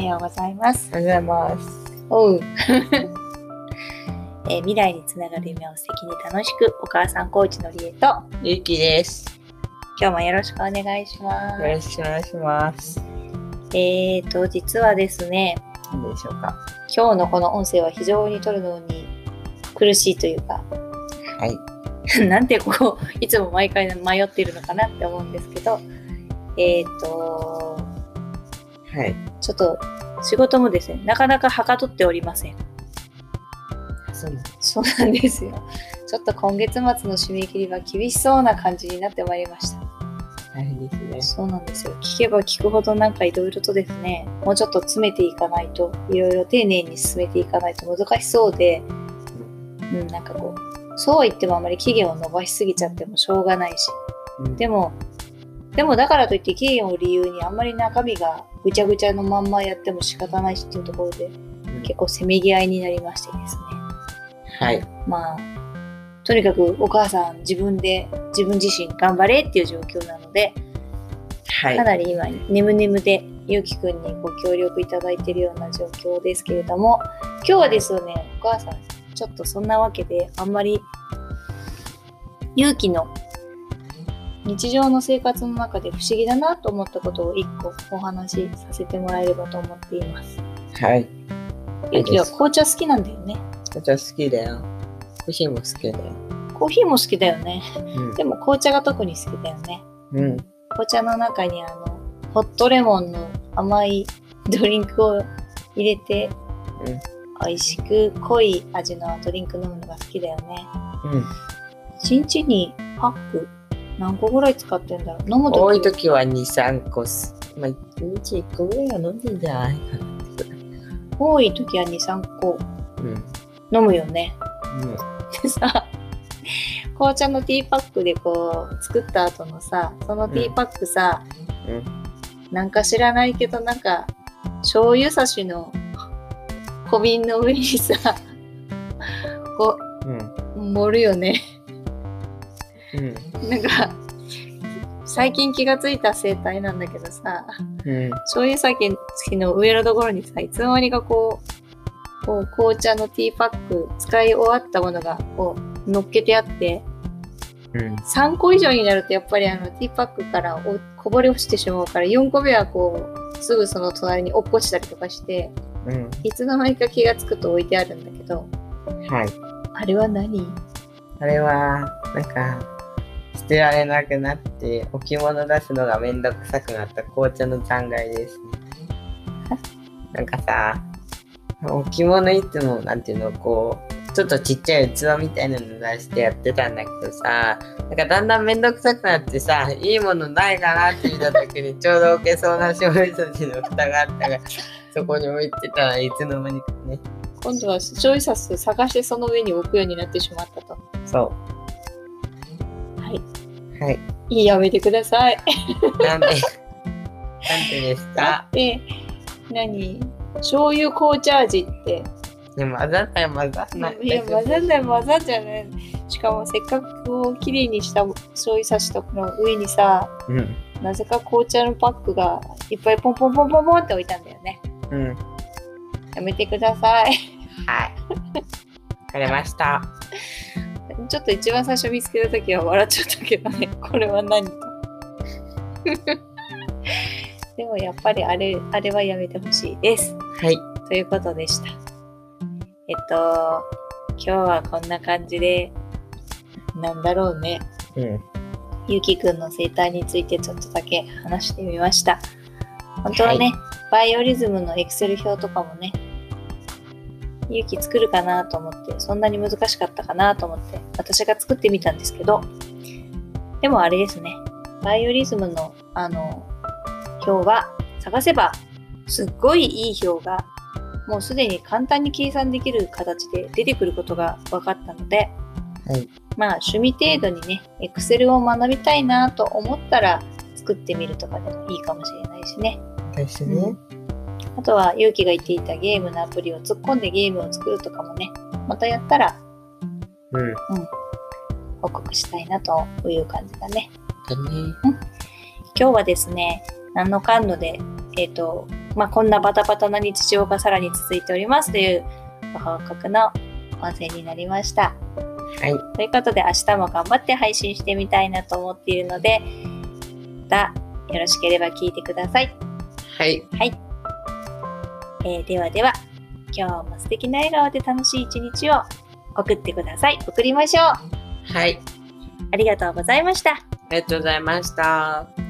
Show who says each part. Speaker 1: ようございます。
Speaker 2: ありがとうございます。
Speaker 1: お う。えー未来につながる夢を素敵に楽しく、お母さんコーチのりえと、
Speaker 2: ゆうきです。
Speaker 1: 今日もよろしくお願いしま
Speaker 2: よ
Speaker 1: す。
Speaker 2: ろしくお願いします。
Speaker 1: えーと、実はですね、
Speaker 2: 何でしょうか。
Speaker 1: 今日のこの音声は非常に撮るのに苦しいというか、
Speaker 2: は い。
Speaker 1: なんてこう、いつも毎回迷っているのかなって思うんですけど、えっ、と、
Speaker 2: はい。
Speaker 1: ちょっと仕事もですね、なかなかはかどっておりません。
Speaker 2: そうです。
Speaker 1: そうなんですよ。ちょっと今月末の締め切りは厳しそうな感じになってまいりました。
Speaker 2: 大変です
Speaker 1: そうなんですよ。聞けば聞くほどなんかいろいろとですね、もうちょっと詰めていかないと、いろいろ丁寧に進めていかないと難しそうで、うん、なんかこう、そう言ってもあまり期限を延ばしすぎちゃってもしょうがないし、
Speaker 2: ね。
Speaker 1: でも、でもだからといって期限を理由にあんまり中身がぐちゃぐちゃのまんまやっても仕方ないしっていうところで、
Speaker 2: うん
Speaker 1: 結構せめぎ合いになりましてですね。
Speaker 2: はい。
Speaker 1: まあ、とにかくお母さん自分で、自分自身頑張れっていう状況なので、
Speaker 2: はい。
Speaker 1: かなり今、眠眠で、ゆうきくんにご協力いただいているような状況ですけれども、今日はですね、お母さん、ちょっとそんなわけで、あんまり、ゆうきの日常の生活の中で不思議だなと思ったことを一個お話しさせてもらえればと思っています。
Speaker 2: はい。
Speaker 1: ゆうきは紅茶好きなんだよね。
Speaker 2: 私好きだよ。コーヒーも好きだよ。
Speaker 1: コーヒーも好きだよね。
Speaker 2: うん
Speaker 1: でも紅茶が特に好きだよね。
Speaker 2: うん。
Speaker 1: 紅茶の中にあのホットレモンの甘いドリンクを入れて、美味しく濃い味のドリンク飲むのが好きだよね
Speaker 2: うん。
Speaker 1: 1日にパック何個ぐらい使ってんだろう飲む
Speaker 2: 多い
Speaker 1: と
Speaker 2: 時は2、3個す。まあ、1日1個ぐらいは飲んでんじゃないかな。
Speaker 1: 多い時は23個
Speaker 2: うん。
Speaker 1: 飲むよね
Speaker 2: うん。
Speaker 1: でさ紅茶のティーパックでこう作った後のさそのティーパックさ、
Speaker 2: うんう
Speaker 1: なんか知らないけどなんか醤油差しの小瓶の上にさこ
Speaker 2: うん。
Speaker 1: う盛るよね
Speaker 2: うん。
Speaker 1: なんか最近気がついた生態なんだけどさ
Speaker 2: うん。
Speaker 1: 醤油酒の上のところにさいつの間にかこうこう紅茶のティーパック使い終わったものがこう乗っけてあって
Speaker 2: うん。
Speaker 1: 3個以上になるとやっぱりあのティーパックからおこぼれ落ちてしまうから4個目はこうすぐその隣に落っこちたりとかして
Speaker 2: うん。
Speaker 1: いつの間にか気がつくと置いてあるんだけど
Speaker 2: はい。
Speaker 1: あれは何
Speaker 2: あれは、なんか、捨てられなくなって、置物出すのがめんどくさくなった紅茶の残骸ですね。なんかさ、置物いつも、なんていうの、こう、ちょっとちっちゃい器みたいなの出してやってたんだけどさ、なんかだんだんめんどくさくなってさ、いいものないかなって見た時にちょうど置けそうな醤油差しの蓋があったから、そこに置いてたらいつの間にかね。
Speaker 1: 今度は醤油さす探してその上に置くようになってしまったと
Speaker 2: そ。
Speaker 1: はいいう
Speaker 2: はい。
Speaker 1: いやめてください
Speaker 2: なんで、なんででした
Speaker 1: だって何醤油紅茶味って
Speaker 2: でも混ざったよ混ざんない。
Speaker 1: いや混ざんない混ざんじゃないしかもせっかくこう綺麗にした醤油差しとこの上にさ
Speaker 2: うん。
Speaker 1: なぜか紅茶のパックがいっぱいポンポンポンポンポンって置いたんだよね。
Speaker 2: うん。
Speaker 1: やめてください。
Speaker 2: はい。わかりました。
Speaker 1: ちょっと一番最初見つけた時は笑っちゃったけどね。 これは何と。でもやっぱりあれ、あれはやめてほしいです。
Speaker 2: はい。
Speaker 1: ということでした。えっと、今日はこんな感じで、なんだろうね。
Speaker 2: うん。
Speaker 1: ゆきくんの生態についてちょっとだけ話してみました。本当はね、バイオリズムのエクセル表とかもね、ゆき作るかなと思って、そんなに難しかったかなと思って、私が作ってみたんですけど、でもあれですね、バイオリズムの、あの、表は探せば、すっごいいい表が、もうすでに簡単に計算できる形で出てくることが分かったので、
Speaker 2: はい。
Speaker 1: まあ趣味程度にね、Excel を学びたいなと思ったら作ってみるとかでもいいかもしれないしね。
Speaker 2: ですね。
Speaker 1: あとは勇気が言っていたゲームのアプリを突っ込んでゲームを作るとかもね、またやったら
Speaker 2: うん。
Speaker 1: 報告したいなという感じだね。
Speaker 2: だね。
Speaker 1: 今日はですね、何のかんので、えっ、と、まあ、こんなバタバタな日常がさらに続いておりますというご報告の音声になりました。
Speaker 2: はい。
Speaker 1: ということで明日も頑張って配信してみたいなと思っているので、またよろしければ聞いてください。
Speaker 2: はい。
Speaker 1: えーではでは、今日も素敵な笑顔で楽しい一日を送ってください。送りましょう。
Speaker 2: はい。
Speaker 1: ありがとうございました。
Speaker 2: ありがとうございました。